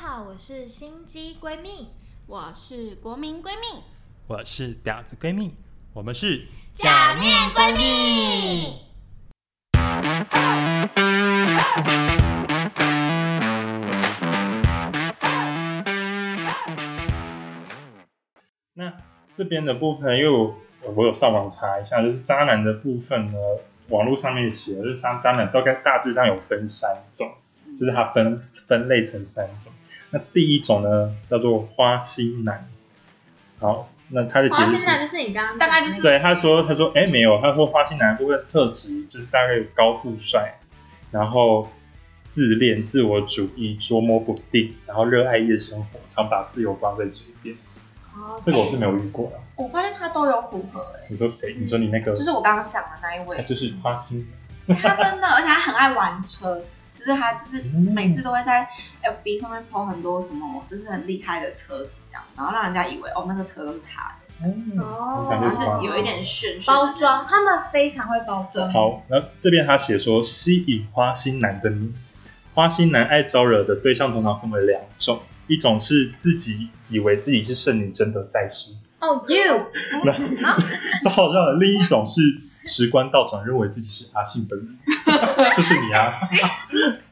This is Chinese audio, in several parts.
好，我是心机闺蜜，我是国民闺蜜，我是婊子闺蜜，我们是假面闺蜜。那这边的部分，因为我我有上网查一下，就是渣男的部分呢，网络上面写的就是渣渣男大概大致上有分三种，就是它分分类成三种。那第一种呢，叫做花心男。好，那他的解花释心是男就是你刚刚大概就是对，他说，他说，哎、没有，他说花心男部分特质就是大概有高富帅，然后自恋、自我主义、捉摸不定，然后热爱夜生活，常把自由放在嘴边。哦这个我是没有遇过的。我发现他都有符合、欸，你说谁？你说你那个，就是我刚刚讲的那一他位，就是花心男。他真的，而且他很爱玩车，就是他就是嗯每次都会在 FB 上面 po 很多什么，就是很厉害的车子这样，然后让人家以为哦那个车都是他的，嗯我感然觉后是是有一点炫炫的包装，他们非常会包装。好，然后这边他写说，吸引花心男的你，花心男爱招惹的对象通常分为两种，一种是自己以为自己是剩女，真的在是。哦、you，那 超好笑的。另一种是时光道长认为自己是阿信本人， 就是你啊，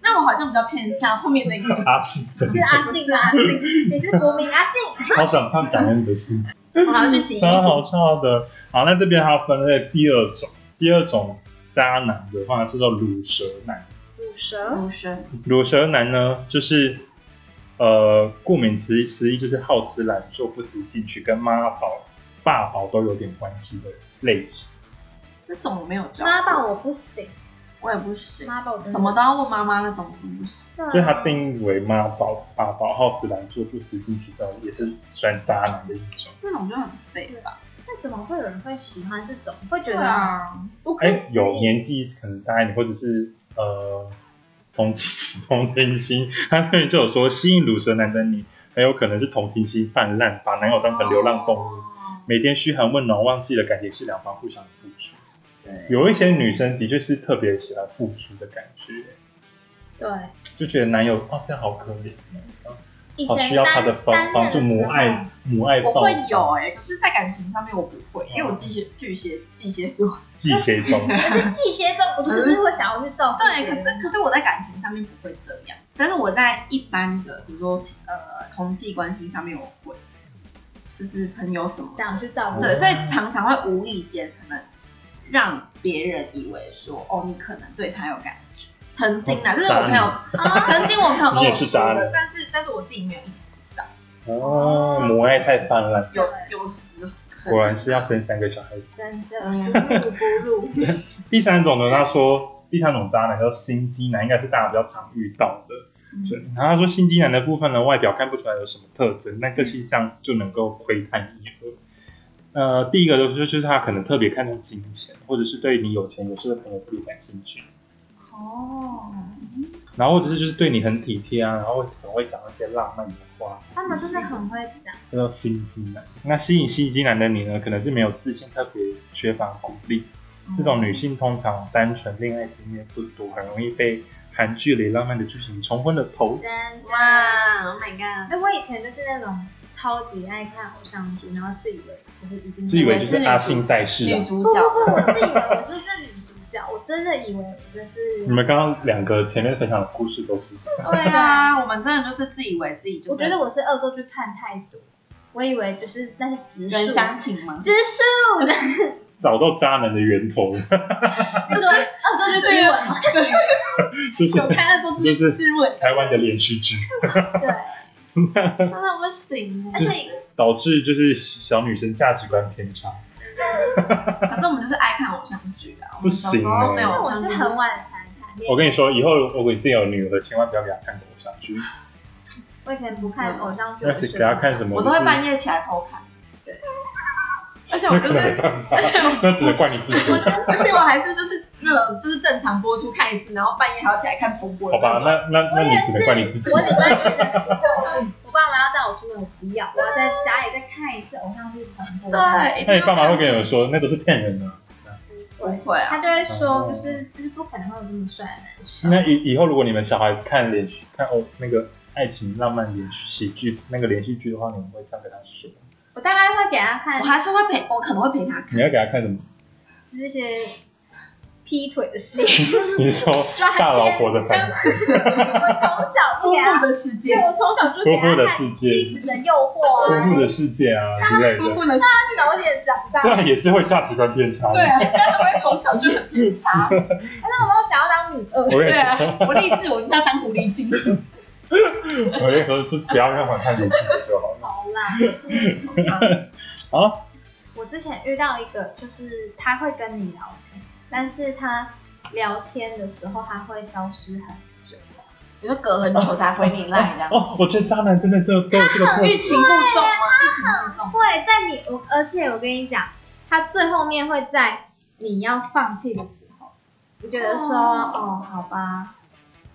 那我好像比较偏向后面那个， 阿信本是人。阿信吗？阿信，你是国民阿信。好想唱感恩的心，我好像去洗衣超服，好笑的。好，那这边还要分类第二种，第二种渣男的话叫做乳蛇男。乳蛇，无声，乳蛇男呢，就是呃，顾名思思义就是好吃懒做、不思进取，跟妈宝、爸宝都有点关系的类型。这种我没有教，妈宝我不行，我也不行，妈宝我真的什么都要问妈妈那种我不行，对啊就是他定义为妈宝、爸宝、好吃懒做、不思进取这种，也是算渣男的一种。这种就很废吧？那怎么会有人会喜欢这种？会觉对得啊，不可哎、思议有年纪可能大一点，或者是呃同情 同情心，他那边就有说吸引乳蛇男的你，很有可能是同情心泛滥，把男友当成流浪动物，哦每天嘘寒问暖，忘记了感情是两方互相付出。对，有一些女生的确是特别喜欢付出的感觉，对，就觉得男友哦这样好可怜哦，这样以好前需要他的单帮帮助母，单爱人母爱我爆会发有哎、可是，在感情上面我不会，因为我巨蟹巨蟹巨蟹座。巨蟹座。的时候可是巨蟹座，我就是会想要去造福别对，人。可是可是我在感情上面不会这样，但是我在一般的，比如说呃同济关系上面我会，就是朋友什么的，想去造福别对，人，所以常常会无意间可能让别人以为说哦你可能对他有感觉，曾经啊，就是我朋友，曾经我朋 友跟哦你也我是说渣的男，但是但是我自己没有意识到，哦，母爱太泛滥，有有时可能果然是要生三个小孩子。真嗯的不入不入。 第三种呢，他说第三种渣男叫心机男，应该是大家比较常遇到的。嗯对，然后他说心机男的部分呢，外表看不出来有什么特征，但个性上就能够窥探一二。呃，第一个就是就是他可能特别看重金钱，或者是对你有钱有势的朋友特别感兴趣，哦，然后或者是就是对你很体贴啊，然后可能会讲一些浪漫的话，他们真的很会讲，这叫心机男。那吸引心机男的你呢，可能是没有自信，特别缺乏鼓励，嗯这种女性通常单纯恋爱经验不多，很容易被韩剧里浪漫的剧情冲昏了头。真的。哇，Oh my god！哎，我以前就是那种超级爱看偶像剧，然后自以为就是一定自以为就是阿信在世女啊！主不不角不，我自以为我是是女主角，我真的以为我真的是你们刚刚两个前面分享的故事都是， 对啊，我们真的就是自以为自己就是。我觉得我是恶作剧看太多，我以为就是那是植原树，乡情吗？植树，找到渣男的源头，就是恶作剧对之吻， 就是有看到都就是自问， 台湾的连续剧，对，真的不行而欸。且导致就是小女生价值观偏差。可是我们就是爱看偶像剧啊，我不们小行时欸候没因为有我偶像是剧，很晚才看，我跟你，说，以后如果你自己有女儿，千万不要给她看偶像剧，我以前不看偶像剧，要是给她看什么，我都会半夜，夜起来偷看。对，而且 我那就可能没是，办法而，且我那只能怪你自 己。而且我 还是就是那种就是正常播出看一次，然后半夜还要起来看重播的好吧那，种。那那我那也你是，只能怪你自己我。礼拜日的时候，我爸妈要带我出门，我不要，我要在家里再看一次偶像剧重播。对，那你爸妈会跟你们说，那都是骗人的。不会啊？他就会说，就是就是不可能会有这么帅的男生。那以以后如果你们小孩子看连续看偶那个爱情浪漫连续喜剧那个连续剧的话，你们会这样跟他说？我大概会给他看我，还是会陪，我可能会陪他 看。你要给他看 什么？就是一些劈腿 的戏，你说大老婆的反就是我从小就给 他，的世对，我从小就给他看妻子的诱惑辜啊，负的世界啊之类的，的世早点长 大。这样也是会价值观偏差的。对啊，这样他会从小就很偏差。但是我没有想要当女二，我跟对你说，啊，我立志我就是要当狐狸精。我跟你说，就不要让我看连续剧就好了。好啦。 好，我之前遇到一个，就是他会跟你聊天，但是他聊天的时候他会消失很久，你说隔很久才回你赖这啊样，哦，我觉得渣男真的就都有这个特欲质，擒故纵吗？欲擒故纵。会在你我，而且我跟你讲，他最后面会在你要放弃的时候，我觉得说哦哦好吧，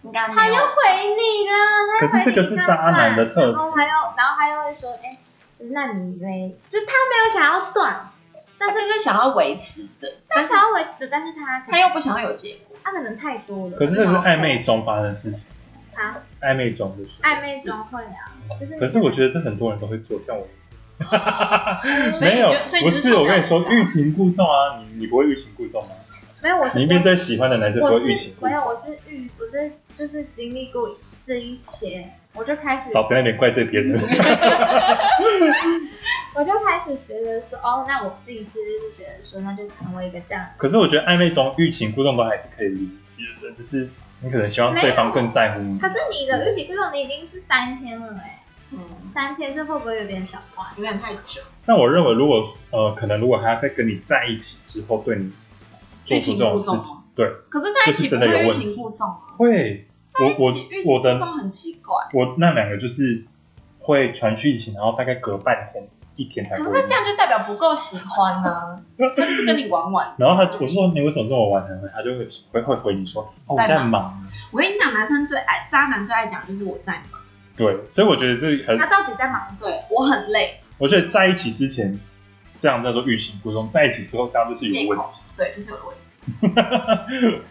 应该他没又有。回你了，他又可回你是这个是渣男的特质上传然后他又然后他又会说，哎、那你嘞？就他没有想要断，但是就是想要维持着，他但是想要维持，但是他可他能又不想要有结果。他可能太多了，可是这是暧昧中发生的事情啊，暧昧中的事。暧昧中会啊，就是可是我觉得这很多人都会做，像我 所以没你有就所以，你不就是我跟你说想，要欲擒故纵啊，你你不会欲擒故纵吗？啊没有我是你一边在喜欢的男生不我会欲是擒故没有，纵，我是遇，我是就是经历过这一些，我就开始，少在那边怪罪别 人。我就开始觉得说，哦，那我自己是就是觉得说，那就成为一个这样，可是我觉得暧昧中欲擒故纵都还是可以理解的，就是你可能希望对方更在乎你可。是你的预期故纵你已经是三天了哎、嗯，三天这会不会有点小快？有点太久。但我认为，如果呃，可能如果他在跟你在一起之后对你做出这种事欲擒故纵情吗，对，可是在一这是起不真的有会欲问题擒故纵啊。会在我一我起欲我擒故的纵很奇怪。我那两个就是会传讯息，然后大概隔半天一天才可回是我。那这样就代表不够喜欢 呢、他就是跟你玩玩。然后他我说你为什么这么晚才回？他就会会会回你说哦我在在忙忙。我跟你讲，男生最爱渣男最爱讲就是我在忙，对，所以我觉得这很他到底在忙什么？对我很累，我觉得在一起之前这样叫做欲擒故纵，在一起之后这样就是借有问题。口对，就是有问题。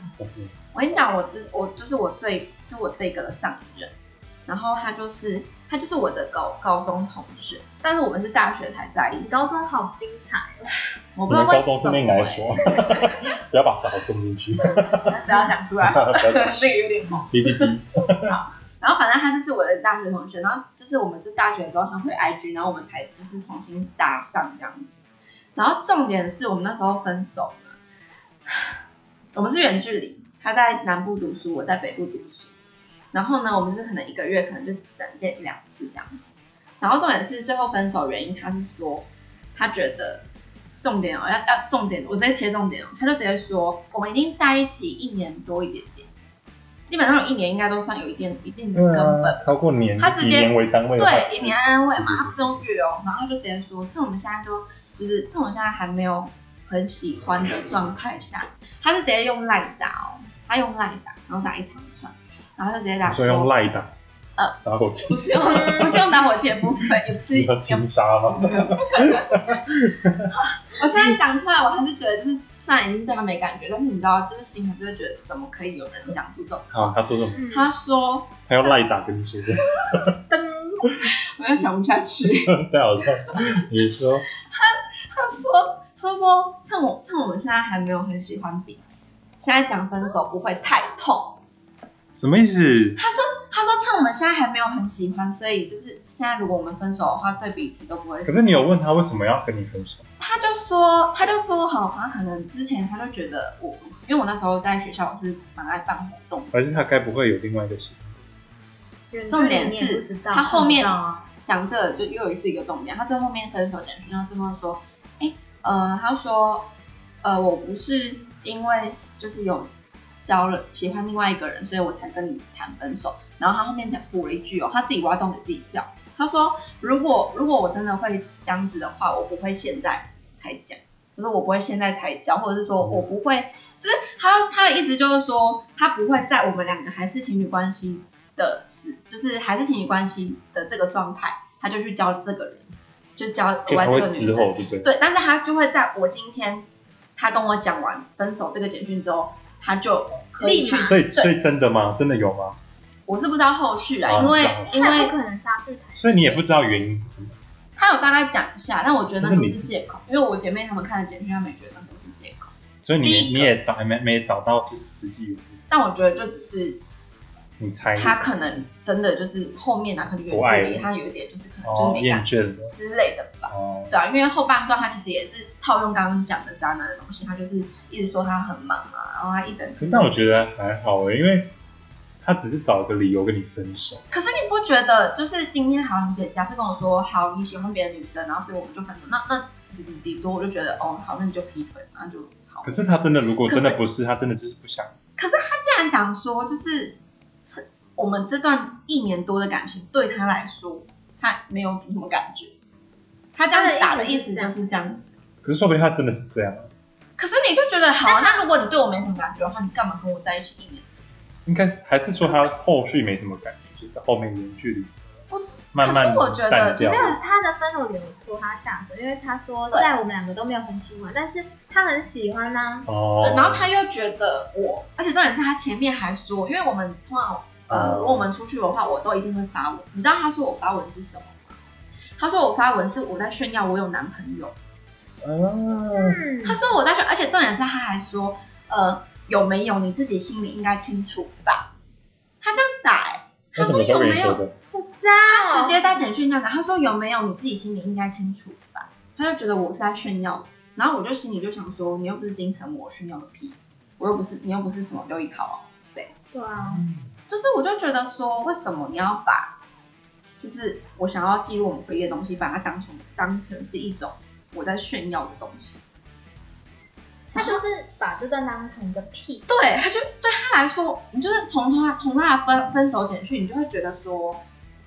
我跟你讲，我之我就是我最就我这个的上一任，然后他就是他就是我的高高中同学，但是我们是大学才在一你起。高中好精彩哦，我不你知道们为高什么、中生命来说， 不要把小孩送进 去，不要讲出来，那个有点红。哔哔哔。然后反正他就是我的大学同学，然后就是我们是大学之后他会 IG，然后我们才就是重新搭上这样子。然后重点是我们那时候分手了， 我们是远距离，他在南部读书，我在北部读书。然后呢，我们就可能一个月可能就只能见一两次这样子。然后重点是最后分手原因，他是说他觉得重点哦，要要重点，我直接切重点哦，他就直接说我们已经在一起一年多一点点，基本上有一年应该都算有一定一定的对根本啊，。超过年他直以接年为单位的话，对，以年安慰嘛，他不是用月哦，然后他就直接说，趁我们现在都就是趁我现在还没有很喜欢的状态下，他是直接用赖打哦，他用赖打，然后打一长串，然后他就直接打所以用赖打，呃，然后轻不是用不是用打火机的部分，也不是 要轻杀吗？我现在讲出来，我还是觉得就是虽然已经对他没感觉，但是你知道，就是心里就会觉得怎么可以有人讲出这种，好，他说什么？嗯，他说他用赖打跟你说什么？噔，我又讲不下去。太好笑。你说他说，他说，趁我趁我们现在还没有很喜欢彼此，现在讲分手不会太痛。什么意思？他说，他说趁我们现在还没有很喜欢，所以就是现在如果我们分手的话，对彼此都不会。可是你有，问他为什么要跟你分手？他就说，他就说，好，好像可能之前他就觉得我，因为我那时候在学校我是蛮爱办活动的，还是他该不会有另外一个喜欢？重重点点是是他后面啊讲这个就又有一次一个重点，他最后面分手简讯，他最后说，哎、呃，他说，呃，我不是因为就是有交了喜欢另外一个人，所以我才跟你谈分手。然后他后面讲补了一句哦，他自己挖洞给自己跳。他说，如果如果我真的会这样子的话，我不会现在才讲，就是我不会现在才交，或者是说我不会，就是他他的意思就是说，他不会在我们两个还是情侣关系的时，就是还是情侣关系的这个状态，他就去交这个人，就交就我他爱这个会女之生。后，对不对？对，但是他就会在我今天他跟我讲完分手这个简讯之后，他就可以去立马所以，所对，以真的吗？真的有吗？我是不知道后续啊，哦因为你因他也不为可能杀去台，所以你也不知道原因是什么。他有大概讲一下，但我觉得那但是不你是借口，因为我姐妹她们看了简讯，她们也觉得那不是借口。所以你第一个你也找还没没找到就是实际原因，但我觉得就只是你猜他可能真的就是后面啊，可能远不爱距离了他有一点就是可能哦就是没厌感情倦了之类的吧。哦，对啊，因为后半段他其实也是套用刚刚讲的渣男的东西，他就是一直说他很忙啊，然后他一整可是但我觉得还好哎、因为他只是找个理由跟你分手，可是你不觉得，就是今天好，你姐假设跟我说，好，你喜欢别的女生，然后所以我们就分手，那那顶顶多我就觉得，哦，好，那你就劈腿，那就好。可是他真的如果可是真的不是，他真的就是不想，可是他竟然讲说，就是是我们这段一年多的感情，对他来说，他没有什么感觉。他这样打的意思就是这样。可是说不定他真的是这样，可是你就觉得，好，啊那如果你对我没什么感觉的话，你干嘛跟我在一起一年？应该是还是说他后续没什么感觉，就是后面远距离不知，慢慢可是我觉得淡对掉没就有他的分手理由拖他下水，因为他说对在我们两个都没有很喜欢，但是他很喜欢啊呢、哦，然后他又觉得我，而且重点是他前面还说，因为我们通常呃，哦如果我们出去的话，我都一定会发文。你知道他说我发文是什么吗？他说我发文是我在炫耀我有男朋友。嗯嗯，他说我在炫，而且重点是他还说，呃，有没有你自己心里应该清楚吧？他这样打、欸，他他什说么时有候跟你没说有？的？不渣直接在简讯这样讲，他说有没有你自己心里应该清楚吧？他就觉得我是在炫耀，然后我就心里就想说，你又不是金城武，我炫耀个屁！我又不是你又不是什么刘以豪啊，谁？对啊，就是我就觉得说，为什么你要把，就是我想要记录我们回忆的东西，把它当成当成是一种我在炫耀的东西？他就是把这段当成一个屁，对，他就对他来说，你就是从他从他的分分手简讯，你就会觉得说，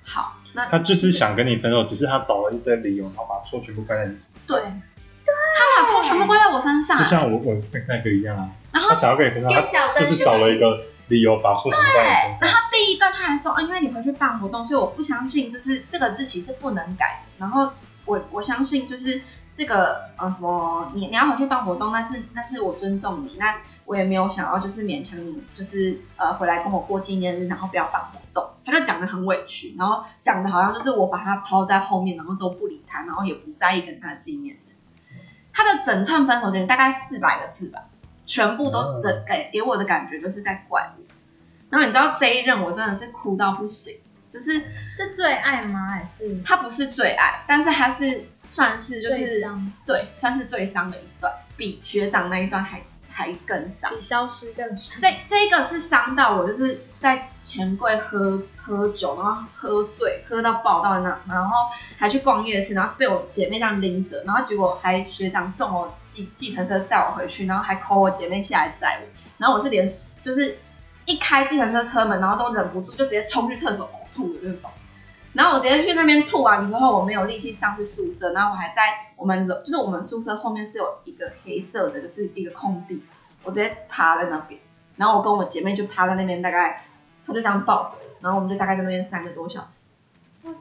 好，那他就是想跟你分手，只是他找了一堆理由，然后把错全部怪在你身上，对，他把错全部怪在我身上就，像我我是那个一样啊，然后他想要跟你分手，变小他的就是找了一个理由把错全部怪在你身上。第一段他还说啊，因为你回去办活动，所以我不相信就是这个日期是不能改的。然后我我相信就是这个呃什么，你你要回去办活动，但是但是我尊重你，那我也没有想要就是勉强你，就是呃回来跟我过纪念日，然后不要办活动。他就讲的很委屈，然后讲的好像就是我把他抛在后面，然后都不理他，然后也不在意跟他的纪念日。他的整串分手简历大概四百个字吧，全部都整给给我的感觉就是在怪我。然后你知道这一任我真的是哭到不行，就是是最爱吗？还是他不是最爱，但是他是算是就是最伤对，算是最伤的一段，比学长那一段还还更伤。比消失更深？这这个是伤到我，就是在钱柜喝喝酒，然后喝醉，喝到爆到那，然后还去逛夜市，然后被我姐妹这样拎着，然后结果还学长送我计计程车带我回去，然后还 call 我姐妹下来载我，然后我是连就是一开计程车车门，然后都忍不住就直接冲去厕所呕吐的那种。然后我直接去那边吐完之后，我没有力气上去宿舍，然后我还在我们楼，就是我们宿舍后面是有一个黑色的，就是一个空地，我直接趴在那边，然后我跟我姐妹就趴在那边，大概她就这样抱着我，然后我们就大概在那边三个多小时，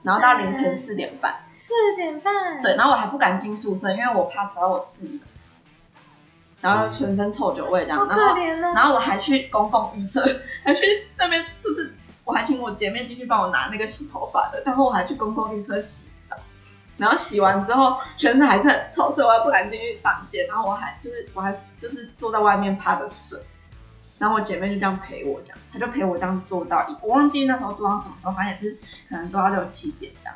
然后到凌晨四点半，四点半，对，然后我还不敢进宿舍，因为我怕吵到我室友，然后全身臭酒味这好样，然可后怜哦。然后我还去公共浴厕， 还去那边就是我还请我姐妹进去帮我拿那个洗头发的，然后我还去公共浴厕洗澡，然后洗完之后全身还是很臭，所以我还不敢进去房间，然后我还就是我还就是坐在外面趴着睡，然后我姐妹就这样陪我这样，她就陪我这样坐到一，我忘记那时候坐到什么时候，反正也是可能坐到六七点这样。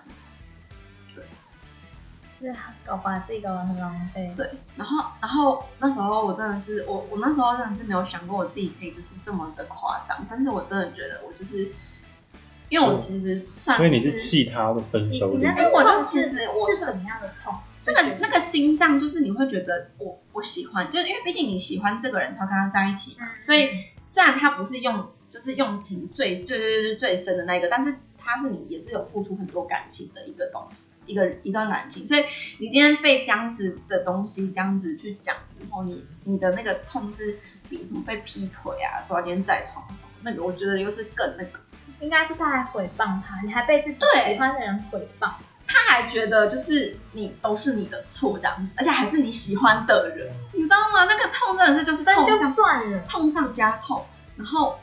就是搞把自己搞得很狼狈。对，然后然后那时候我真的是我我那时候真的是没有想过我自己可以就是这么的夸张，但是我真的觉得我就是，因为我其实算所是以你是气他的分你手你理那由个因为哎我痛就是其实我是什么样的痛？那个那个心脏，就是你会觉得我我喜欢，就是因为毕竟你喜欢这个人才会跟他在一起嘛，嗯所以虽然他不是用就是用情最最最最最深的那一个，但是他是你也是有付出很多感情的一个东西，一个一段感情，所以你今天被这样子的东西这样子去讲之后，你你的那个痛是比什么被劈腿啊、抓奸在床什么那个，我觉得又是更那个。嗯应该是他还诽谤他，你还被自己对喜欢的人诽谤，他还觉得就是你都是你的错这样子，而且还是你喜欢的哦人，你知道吗？那个痛真的是就是那痛就上算了。痛上加痛，然后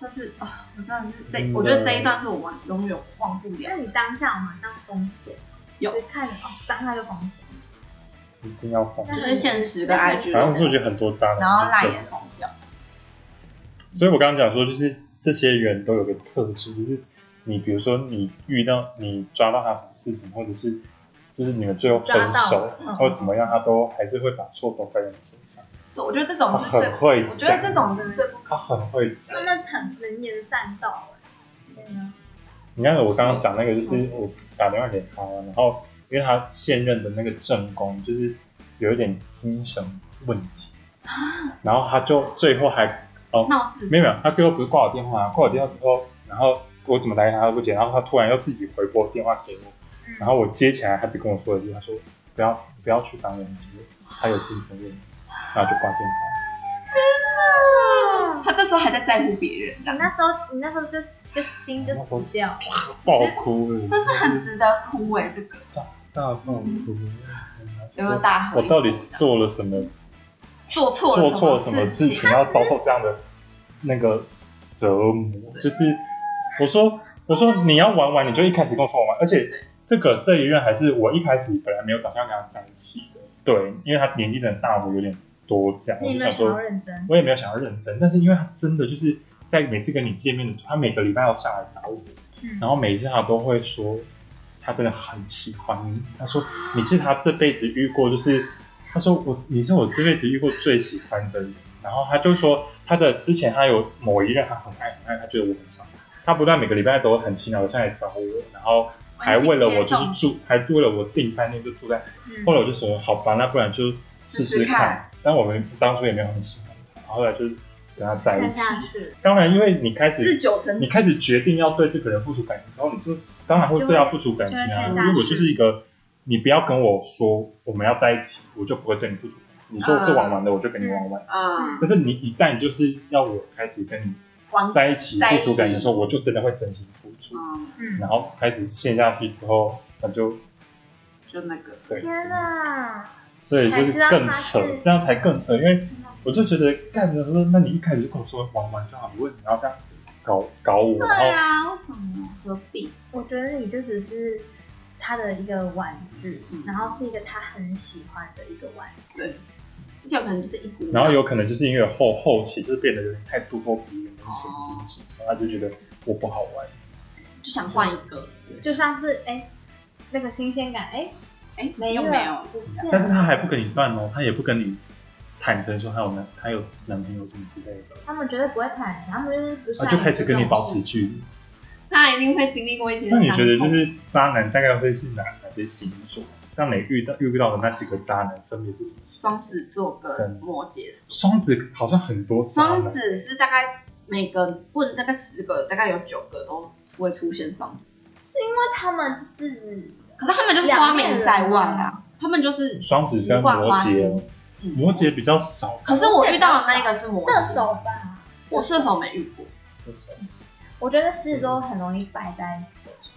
就是啊、我真的是这，嗯我觉得这一段是我完永远忘不了。那你当下马上封锁，有就是看哦，当下就封锁，一定要封。就那是现实的 IG，反正是我觉得很多渣男，然后赖也封掉，所以我刚刚讲说，就是这些人都有个特质，就是你比如说你遇到你抓到他什么事情，或者是就是你们最后分抓到手了嗯或者怎么样，他都还是会把错都怪在你身上。对，我觉得这他种是最很，会讲，我觉得这种是最不他很会讲。真的很能言善道哎、真的你看我刚刚讲那个，就是我打电话给他，然后因为他现任的那个正宫就是有一点精神问题，啊然后他就最后还哦闹自没有没有，他最后不是挂我电话，挂我电话之后，然后我怎么打给他都不接，然后他突然又自己回拨电话给我，嗯然后我接起来，他只跟我说一句，他说不要不要去当人质，他有精神问题，然后就挂电话。他那时候还在在乎别人，这你样那时候，你那时候就就心就死掉了，爆哭了，真的很值得哭哎、这个大爆哭。有没有大合我影到底做了什么？做错做错了什么么事情，情？要遭受这样的那个折磨？就是我说我说你要玩玩，你就一开始跟我说玩玩，而且这个这一任还是我一开始本来没有打算跟他在一起的，对，因为他年纪真的大，我有点多讲，我你就想们想要说，认真，我也没有想要认真，但是因为他真的就是在每次跟你见面的，他每个礼拜要下来找我，嗯然后每一次他都会说，他真的很喜欢你。他说你是他这辈子遇过，就是他说我你是我这辈子遇过最喜欢的人。然后他就说他的之前他有某一任他很爱很爱，他觉得我很伤。他不但每个礼拜都很勤劳地下来找我，然后还为了我就是温馨接送住，还为了我订饭店就住在。嗯后来我就说好吧，那不然就试试试试看看。但我们当初也没有很喜欢他，然后后来就跟他在一看起。下去，当然，因为你开日始久生你情，开始决定要对这个人付出感情之后，你就当然会对他付出感情啊。就会就会陷下去如果就是一个你不要跟我说我们要在一起，我就不会对你付出感情。你说这玩玩的，我就跟你玩玩。嗯，但是你一旦就是要我开始跟你王在一起付出感情的时候，在一起我就真的会真心付出。嗯，嗯，然后开始陷下去之后，那就就那个对，天哪，所以就是更扯才知道他是，这样才更扯。因为我就觉得干的时候，那你一开始就跟我说玩玩就好，你为什么要这样搞搞我？对然后啊，为什么何必？我觉得你就只是他的一个玩具嗯，然后是一个他很喜欢的一个玩具，对，而且有可能就是一股脑，然后有可能就是因为后后期就是变得有点太咄咄逼人跟神哦经质，所以他就觉得我不好玩。就想换一个，对就像是哎、那个新鲜感，哎、哎，没有了没有？不见了但是他还不跟你断哦，他也不跟你坦诚说他有男他有男朋友什么之类的，他们绝对不会坦诚，他们就是不是啊他就开始跟你保持距离。他一定会经历过一些那伤痛。你觉得就是渣男大概会是哪哪些星座？像你遇到遇到的那几个渣男分别是什么星座？双子座跟摩羯座，双子好像很多渣双男，子是大概每个问大概十个，大概有九个都会出现双子，他们就是可是他们就是花名在外啊，他们就是双子跟习惯摩花羯哦心，，嗯摩羯比较少。可是我遇到的那个是摩羯射手吧，我射手没遇过，是不是我觉得狮子座很容易摆在射手，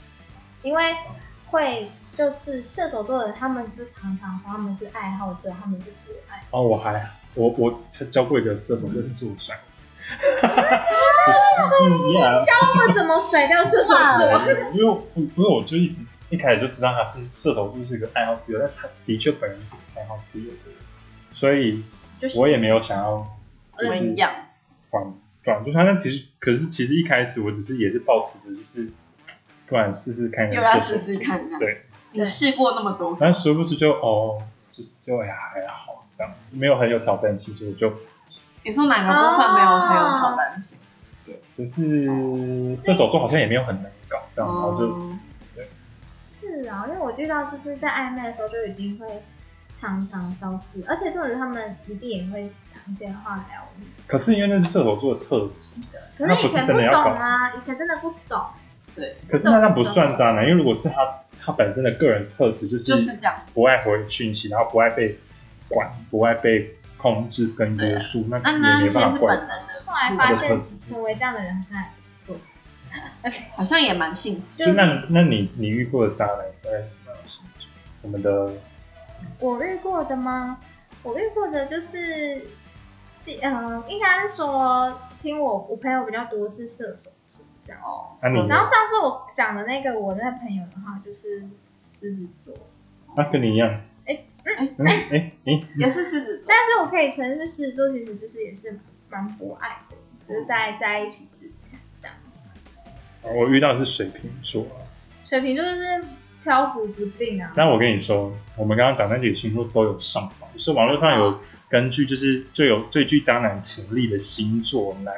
因为会就是射手座的人，他们就常常说他们是爱好者，他们是博爱，哦，我还我我交过一个射手座，但是我啊甩。 嗯，yeah，教我怎么甩掉射手 座。对因为我因为我就一直一开始就知道他是射手座是一个爱好自由，但是他的确本人是爱好自由的人，所以就是我也没有想要就我是一样，管管住他。但其实可是其实一开始我只是也是抱持着就是，不然试试看，又要试试。看这样。对，你试过那么多个，但殊不知就哦，就是就哎呀还好这样，没有很有挑战性，所以我就你说哪个部分没有哦很有挑战性？对，就是射手座好像也没有很难搞这样，然后就嗯是啊，因为我遇到就是在暧昧的时候就已经会常常消失，而且这种人他们一定也会讲一些话聊你。可是因为那是射手座的特质，可他是不以是前真的要懂搞。啊，以前真的不懂。可是那他不算渣男，因为如果是他他本身的个人特质就哦啊就是是这样。不爱回讯息，然后不爱被管，不爱被控制跟约束，那那啊那也没其实办法是怪本他。能的，后来发现成为这样的人好像还不错，好像也蛮幸福。所以那那你你遇过的渣男大概是什么样的星座？我们的我遇过呃的吗？我遇过的就是，第嗯，应该是说听我我朋友比较多是射手座这样。哦，那你然后上次我讲的那个我那个朋友的话就是狮子座，那啊跟你一样。哎嗯哎哎，也是狮子座，但是我可以承认狮子座其实就是也是蛮博爱的，就是在在一起之前，我遇到的是水瓶座，啊水瓶座就是漂浮不定啊。但我跟你说，我们刚刚讲那几个星座都有上榜，就是网络上有根据，就是最有最具渣男潜力的星座男，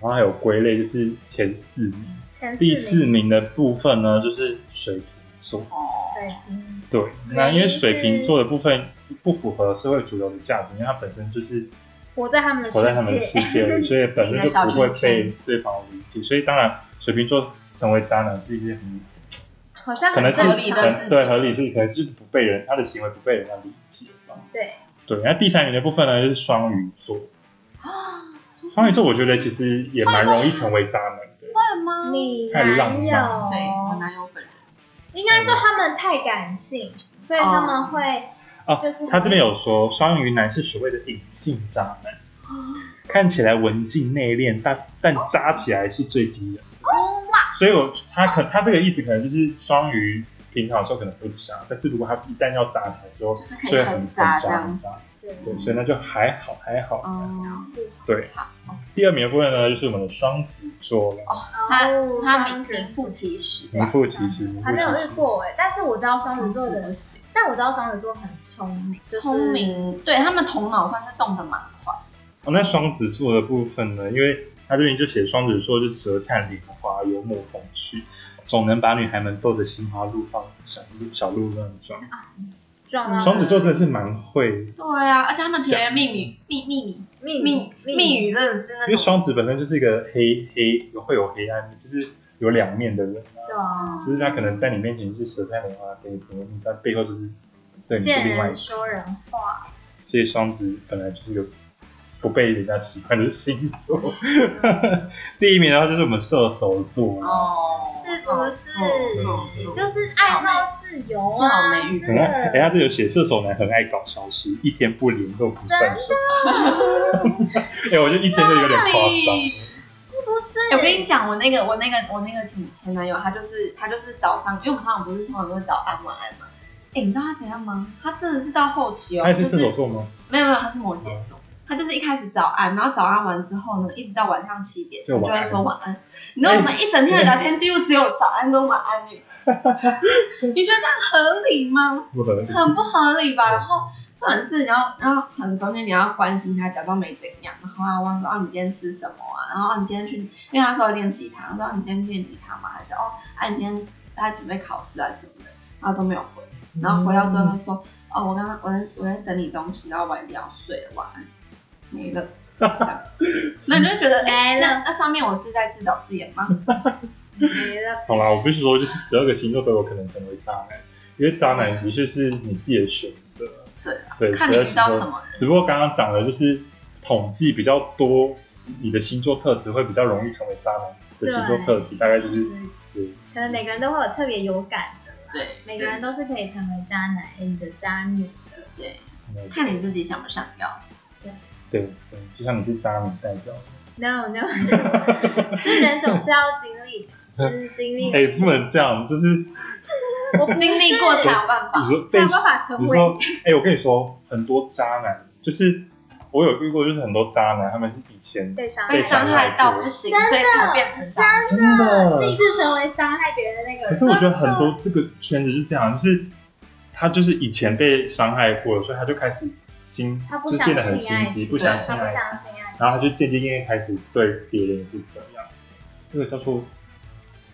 然后还有归类，就是前四名。前第四四名名的部分呢，就是水瓶座。水瓶，对，那因为水所以瓶是座的部分不符合社会主流的价值，因为它本身就是活在他们的世活界，在他们的世界里，所以本身就不会被对方理解。所以当然，水瓶座成为渣男是一件很 好像可很能是正合理常的事很情对合理是可能就是不被人他的行为不被人家理解吧。对，对，那第三名的部分呢就是双鱼座，啊双鱼座我觉得其实也蛮容易成为渣男的。会吗？你太浪漫男友对我男友本人，应该说他们太感性，所以他们会哦就是他这边有说，双鱼男是所谓的隐性渣男，哦看起来文静内敛，但但渣起来是最惊人的。哦所以我他可他这个意思可能就是双鱼平常的时候可能不渣，但是如果他一旦要渣起来的时候，就是可以所以很很渣很这渣样很渣。对对，所以那就还好还好。嗯，对好，第二名的部分呢，就是我们的双子座了，哦他双名子名副其实名吧，副其实，名副还其没有遇实。过哎、但是我知道双子座的不人，行。但我知道双子座很嗯聪明，就是聪，明，对他们头脑算是动得蛮快。哦，那双子座的部分呢？因为他这边就写双子座就舌灿莲花，幽默风趣，总能把女孩们逗得心花怒放，小鹿小鹿乱撞。撞到双子座真的是蛮会，对啊，而且他们甜言蜜语、蜜蜜语、密蜜蜜语真的是那因为种，双子本身就是一个黑黑会有黑暗，就是有两面的人啊。对啊，就是他可能在你面前是舌灿莲花可以可能他背后就是对你是见另外一人个。说人话，所以双子本来就是个不被人家喜欢的星座。第一名，然后就是我们射手座了。哦，是不是嗯就是爱好自由少啊，美玉等真一下，等一的，下，这有写射手男很爱搞消失，一天不联络不散手。 哎、我觉得一天都有点夸张。是不 是？哎我跟你讲，我那个我那个我那个前前男友，他就是他就是早上，因为我们通常不是通常都会早安晚安嘛。哎、你知道他怎样吗？他真的是到后期哦，他也是就射手座吗？没有没有，他是摩羯座，他就是一开始早安，然后早安完之后呢，一直到晚上七点，就我就晚会安说晚安。你知道我们一整天的聊天记录只有早安跟 晚安耶，你觉得这样合理吗？不合理。很不合理吧？然后重点是你要，然后可能中间你要关心他，假装没怎样，然后他问说哦你今天吃什么啊？然后哦你今天去，因为他说练吉他，我说哦你今天练吉他吗？还是哦啊你今天他准备考试啊什么的，然后都没有回。然后回到之后嗯就说：“哦，我刚刚我在我在整理东西，然后晚一点要睡了，晚安，没了。这样”那你就觉得哎、没了那那上面我是在自导自演 吗？没了，好啦，我必须说，就是十二个星座都有可能成为渣男，因为渣男的确是你自己的选择。对啊对，看十你二遇星到什座。么人。只不过刚刚讲的就是统计比较多，你的星座特质会比较容易成为渣男的星座特质，大概嗯就是对可能每个人都会有特别有感的，对，每个人都是可以成为渣男哎你的渣女的，对，嗯看你自己想不想要。对对，就像你是渣女代表。 no no，人总是要经历，就是经历，哎、不能这样，就是我不是经历过才有办你法。说才被有办法成你为说，哎、我跟你说，很多渣男，就是我有遇过，就是很多渣男，他们是以前被伤害被被伤害到不行，所以才变成这样。真的立志成为伤害别人的那个可人。是我觉得很多这个圈子是这样，就是他就是以前被伤害过了，所以他就开始心，他不就相变得信很心爱机，情不相对信他不爱相情，信爱，然后他就渐渐渐渐开始对别人也是这样，这个叫做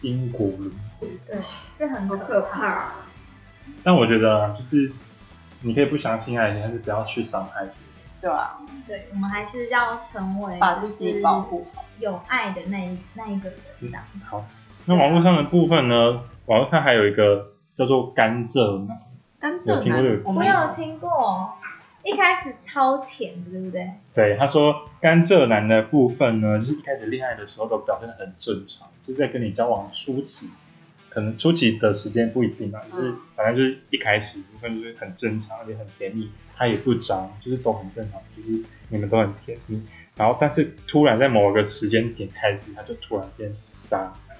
因果轮回。这很好可怕。怕！但我觉得啊就是你可以不相信爱情，但是不要去伤害别人。对啊，对，我们还是要成为把自己保护好。有爱的那一那一个人的。好，那网络上的部分呢？网络上还有一个叫做甘蔗男，甘蔗有听过这男个，我我们有听过，一开始超甜的，对不对？对他说，甘蔗男的部分呢，就是一开始恋爱的时候都表现的很正常，就是在跟你交往初期，可能初期的时间不一定啊，就是反正就是一开始部分就是很正常，而且很甜蜜，他也不脏，就是都很正常，就是你们都很甜蜜。然后但是突然在某个时间点开始，他就突然变渣男，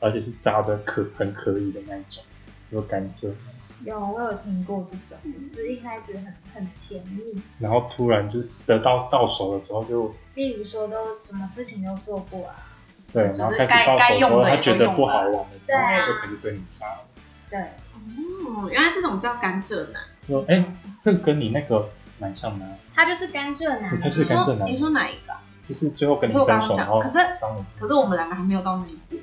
而且是渣的可很可以的那一种，有甘蔗，有我有听过这种，就是一开始很很甜蜜，然后突然就得到到手的时候就例如说都什么事情都做过啊，对，就是然后开始该到手该的时用候的也他都觉得用不了好玩了，对然后就啊开始对你杀了。对，哦，原来这种叫甘蔗男。说哎、这个跟你那个蛮像的啊、他就是甘蔗男，啊他就你是甘蔗说男你说哪一个啊？就是最后跟你可是我刚分手，刚讲然后可是伤你可是我们两个还没有到那一步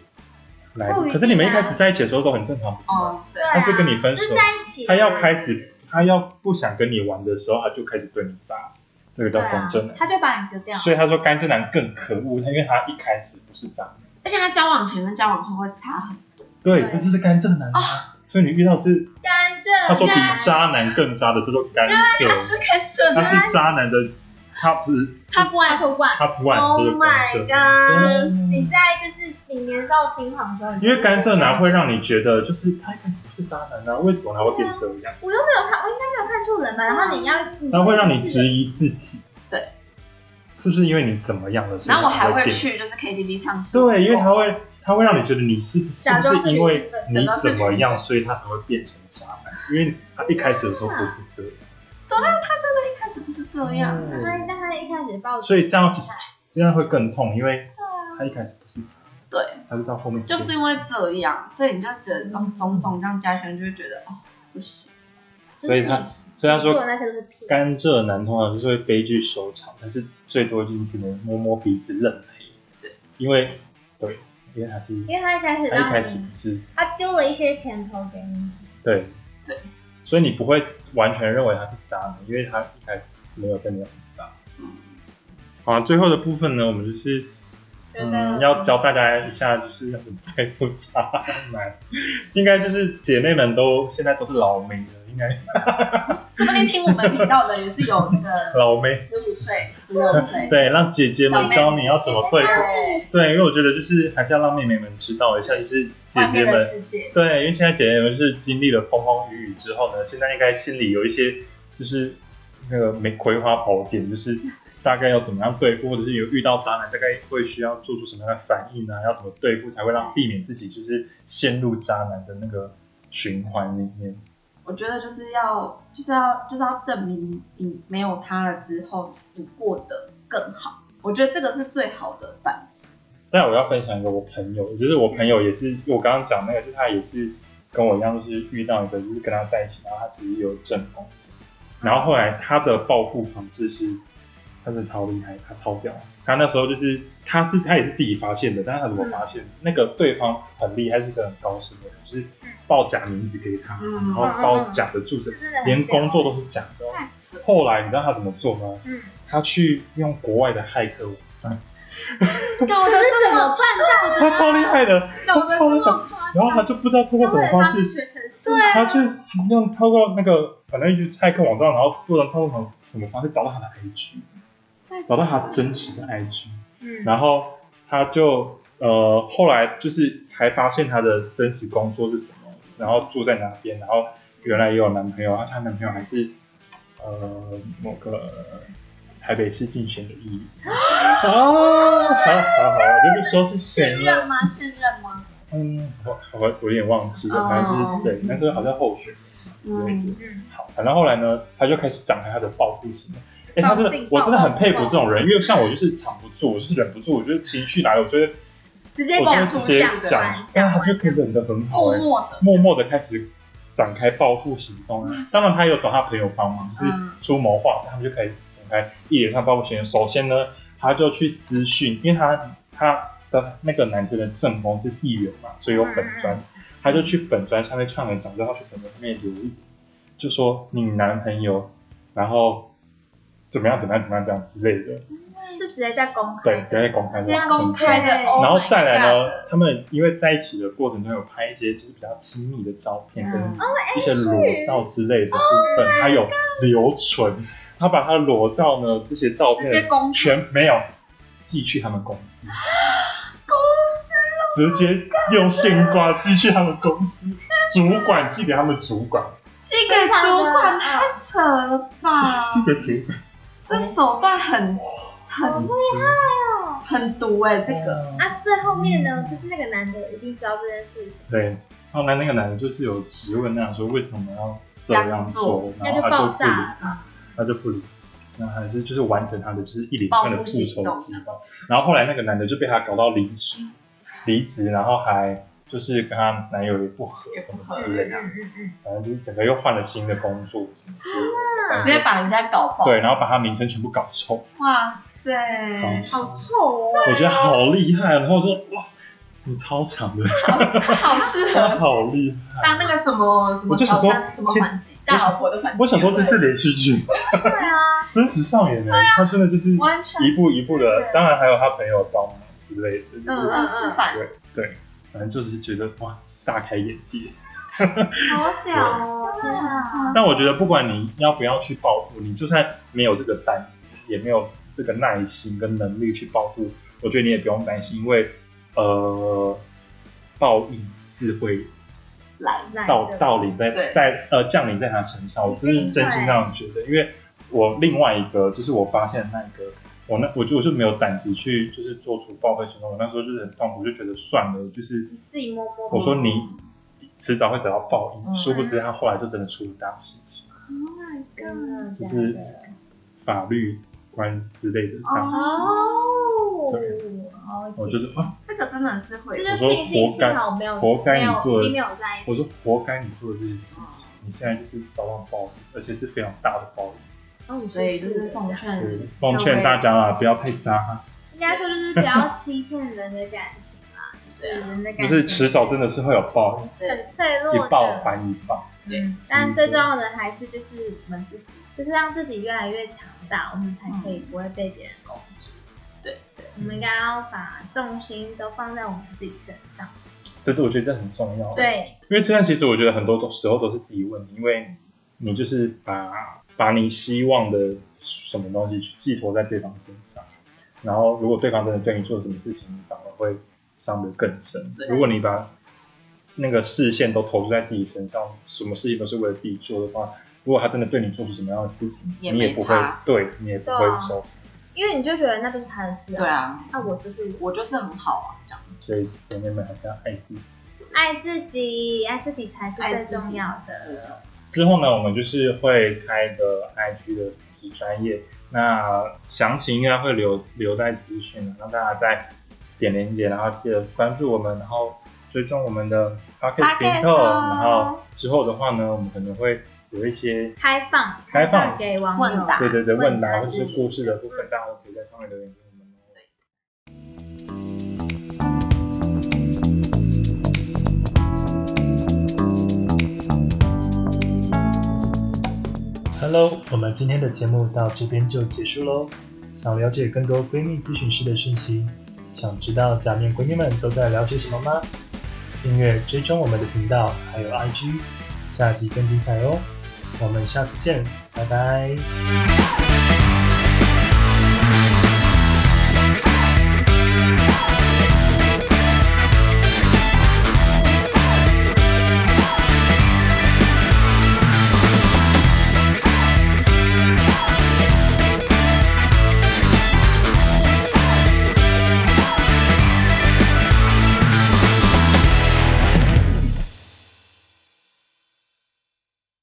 来不一定，啊可是你们一开始在一起的时候都很正常，不是吗？哦。啊对，对啊他是跟你分手就是在一起，他要开始，他要不想跟你玩的时候，他就开始对你渣，这个叫对啊甘蔗男。他就把你丢掉，所以他说甘蔗男更可恶，他因为他一开始不是渣男，而且他交往前跟交往后会差很多。对，对这就是甘蔗男哦啊。所以你遇到的是甘蔗他说比啊男渣男更渣的叫做甘蔗，甘蔗他是渣男的 top ，Top One。 Top One， top one， Oh 就是甘 my 蔗男。 god！你在就是你年少轻狂的时候，因为甘蔗男会让你觉得，就是他一开始不是渣男啊，为什么他会变这啊样？我又没有看，我应该没有看错人吧？然后你要，嗯他会让你质疑自己，对，是不是因为你怎么样了？所以然后我还才会变去就是哦 KTV 唱歌。对，因为他会他会让你觉得你是是假不装是因为自你己怎么样，所以他才会变成渣男？因为他一开始的时候不是这样，他怎么是这样？嗯那他那他一开始抱着，所以这样其实这样会更痛，因为他一开始不是渣，对，他是到后面就是因为这样，所以你就觉得哦，种种这样加起来，你就会觉得哦，不行。所以他所以他做说的那些都是屁，甘蔗男通常就是会悲剧收场，但是最多就是只能摸摸鼻子认赔，因为对，因为他是因为他一开始他一让开始你，不是他丢了一些甜头给你，对对，所以你不会完全认为他是渣男，因为他一开始没有跟你很渣。嗯，好，最后的部分呢，我们就是觉得嗯，要教大家一下，就是要怎么对付渣男。应该就是姐妹们都现在都是老妹了，应该说不定听我们频道的也是有那个老妹十五岁、十六岁，对，让姐姐们教你要怎么对付。对，对，因为我觉得就是还是要让妹妹们知道一下，就是姐外姐面们的世界，对，因为现在姐姐们是经历了风风雨雨之后呢，现在应该心里有一些就是那个玫葵花宝典，就是大概要怎么样对付，或者是有遇到渣男，大概会需要做出什么样的反应啊？要怎么对付才会让避免自己就是陷入渣男的那个循环里面？我觉得就是要就是要就是要证明你没有他了之后，你过得更好。我觉得这个是最好的反击。但我要分享一个我朋友，就是我朋友也是我刚刚讲那个，就是他也是跟我一样，就是遇到一个就是跟他在一起，然后他其实有正宫，然后后来他的报复方式是，他是超厉害，他超屌，他那时候就是他是他也是自己发现的，但是他怎么发现、那个对方很厉害，是个很高深的人，就是报假名字给他，然嗯后报假的住址，真的很连工作嗯都是啊假的哦。太扯了，后来你知道他怎么做吗？嗯他去用国外的骇客网站。搞我得是这怎 么么办到他超厉害的，他搞得超厉害。的？然后他就不知道通过什么方式，学城市，对他啊，去用透过那个反正就是骇客网站，然后不能通过什么什么方式找到他的 IG，太扯了找到他真实的 IG，嗯，然后他就呃后来就是还发现他的真实工作是什么，然后住在哪边，然后原来也有男朋友，她她男朋友还是呃某个台北市竞选的议员。啊，好好好，我就不说是谁信了。任吗？信任吗？嗯，我我我有点忘记了，哦反正就是对，但是好像后续之类的。嗯好，反正后来呢，他就开始展开他的报复心了。哎、他真报的信，我真的很佩服报这种人，因为像我就是藏不住，我就是忍不住，我就是情绪来了，我就会直接我就会讲直出接讲讲讲，，但他就可以忍得很好、默哎，默的，默默的开始展开报复行动啊。当然，他有找他朋友帮忙，就是嗯出谋划策，他们就开始展开一连串报复行动。首先呢，他就去私讯，因为他他的那个男生的正宫是议员嘛，所以有粉嗯砖，他就去粉砖下面串门讲，之后他去粉砖上面留言，就说你男朋友，然后怎么样怎么样怎么样这样之类的，是直接在公开，对，直接公开直这接样公开的，Oh 然后再来呢，他们因为在一起的过程中有拍一些就是比较亲密的照片，跟嗯一些裸照之类的部分，他有留存，他把他裸照呢这些照直接片公全没有寄去他们公 司，公哦司直接用现挂寄去他们公司，主管寄给他们主管，寄给主他管，太扯了吧？寄给主管，这手段很很很毒哎、这个啊，最后面呢，就是那个男的一定知道这件事情，对，然后那那个男的就是有质问那样说为什么要这样做，那然就后他就爆不理炸，了吧。他就不理，那还是就是完成他的就是一连串的复仇报复计行划。然后后来那个男的就被他搞到离职，离职，然后还就是跟她男友也不和也什不么合之类的，嗯嗯嗯，反正就是整个又换了新的工作什么之类的直反接正把人家搞爆。对，然后把他名声全部搞臭，哇超塞，好强，臭哦。我觉得好厉害。然后我就哇，你超强的，好适合好厉害。当那个什么什我么就想挑说战什么反击，大老婆的反击。我想说这是连续剧，对啊，真实上演的，他真的就是完全一步一步的是，当然还有他朋友帮忙之类的，就嗯是嗯嗯反反正就是觉得哇，大开眼界。好屌哦！对啊，但我觉得不管你要不要去报复，你就算没有这个胆子，也没有这个耐心跟能力去报复，我觉得你也不用担心，因为呃，报应自会来来到的到临在对在呃降临在他身上，我真是真心这样觉得，因为我另外一个就是我发现那个我那我就我就没有胆子去就是做出报复行动，我那时候就是很痛苦，就觉得算了，就是自己摸摸。我说你迟早会得到报应，嗯殊不知他后来就真的出了大事情，哦嗯 Oh 真的就假是的？法律官之类的大事，哦，好我就是啊，这个真的是会这就庆幸幸好没有活该你做的没有已经没有在一起。我说活该你做的这些事情，你现在就是遭到报应，而且是非常大的报应，嗯所以就是奉所劝以奉劝大家啊，不要太渣。应该说就是不要欺骗人的感情啦，就是人的就感是情迟早真的是会有报应，很脆弱一报的。还一报。嗯，但最重要的还是就是我们自己，就是让自己越来越强大，我们才可以不会被别人攻击。对嗯对，我们应该要把重心都放在我们自己身上。这是我觉得这很重要。，对，因为这样其实我觉得很多时候都是自己问题，因为你就是把把你希望的什么东西去寄托在对方身上，然后如果对方真的对你做了什么事情，你反而会伤得更深。对如果你把那个视线都投注在自己身上，什么事情都是为了自己做的话，如果他真的对你做出什么样的事情，也你也没不会差，对你也不对会啊受因为你就觉得那不是他的事对，啊，那我就是我，我就是很好啊，这样所以姐妹们还是要爱自己。爱自己，爱自己才是最重要的。的。之后呢，我们就是会开一个 IG 的粉丝专业，那详情应该会留留在资讯的，让大家再点连接，然后记得关注我们，然后追踪我们的 Pocket Podcast 频道，哦然后之后的话呢，我们可能会有一些开放，开放给网友问答对对对问答问或答者是故事的部分，大家都可以在上面留言给我们哦。 Hello，我们今天的节目到这边就结束喽。想了解更多闺蜜咨询师的讯息，想知道假面闺蜜们都在聊些什么吗？订阅追踪我们的频道，还有 IG，下集更精彩哦。我们下次见，拜拜。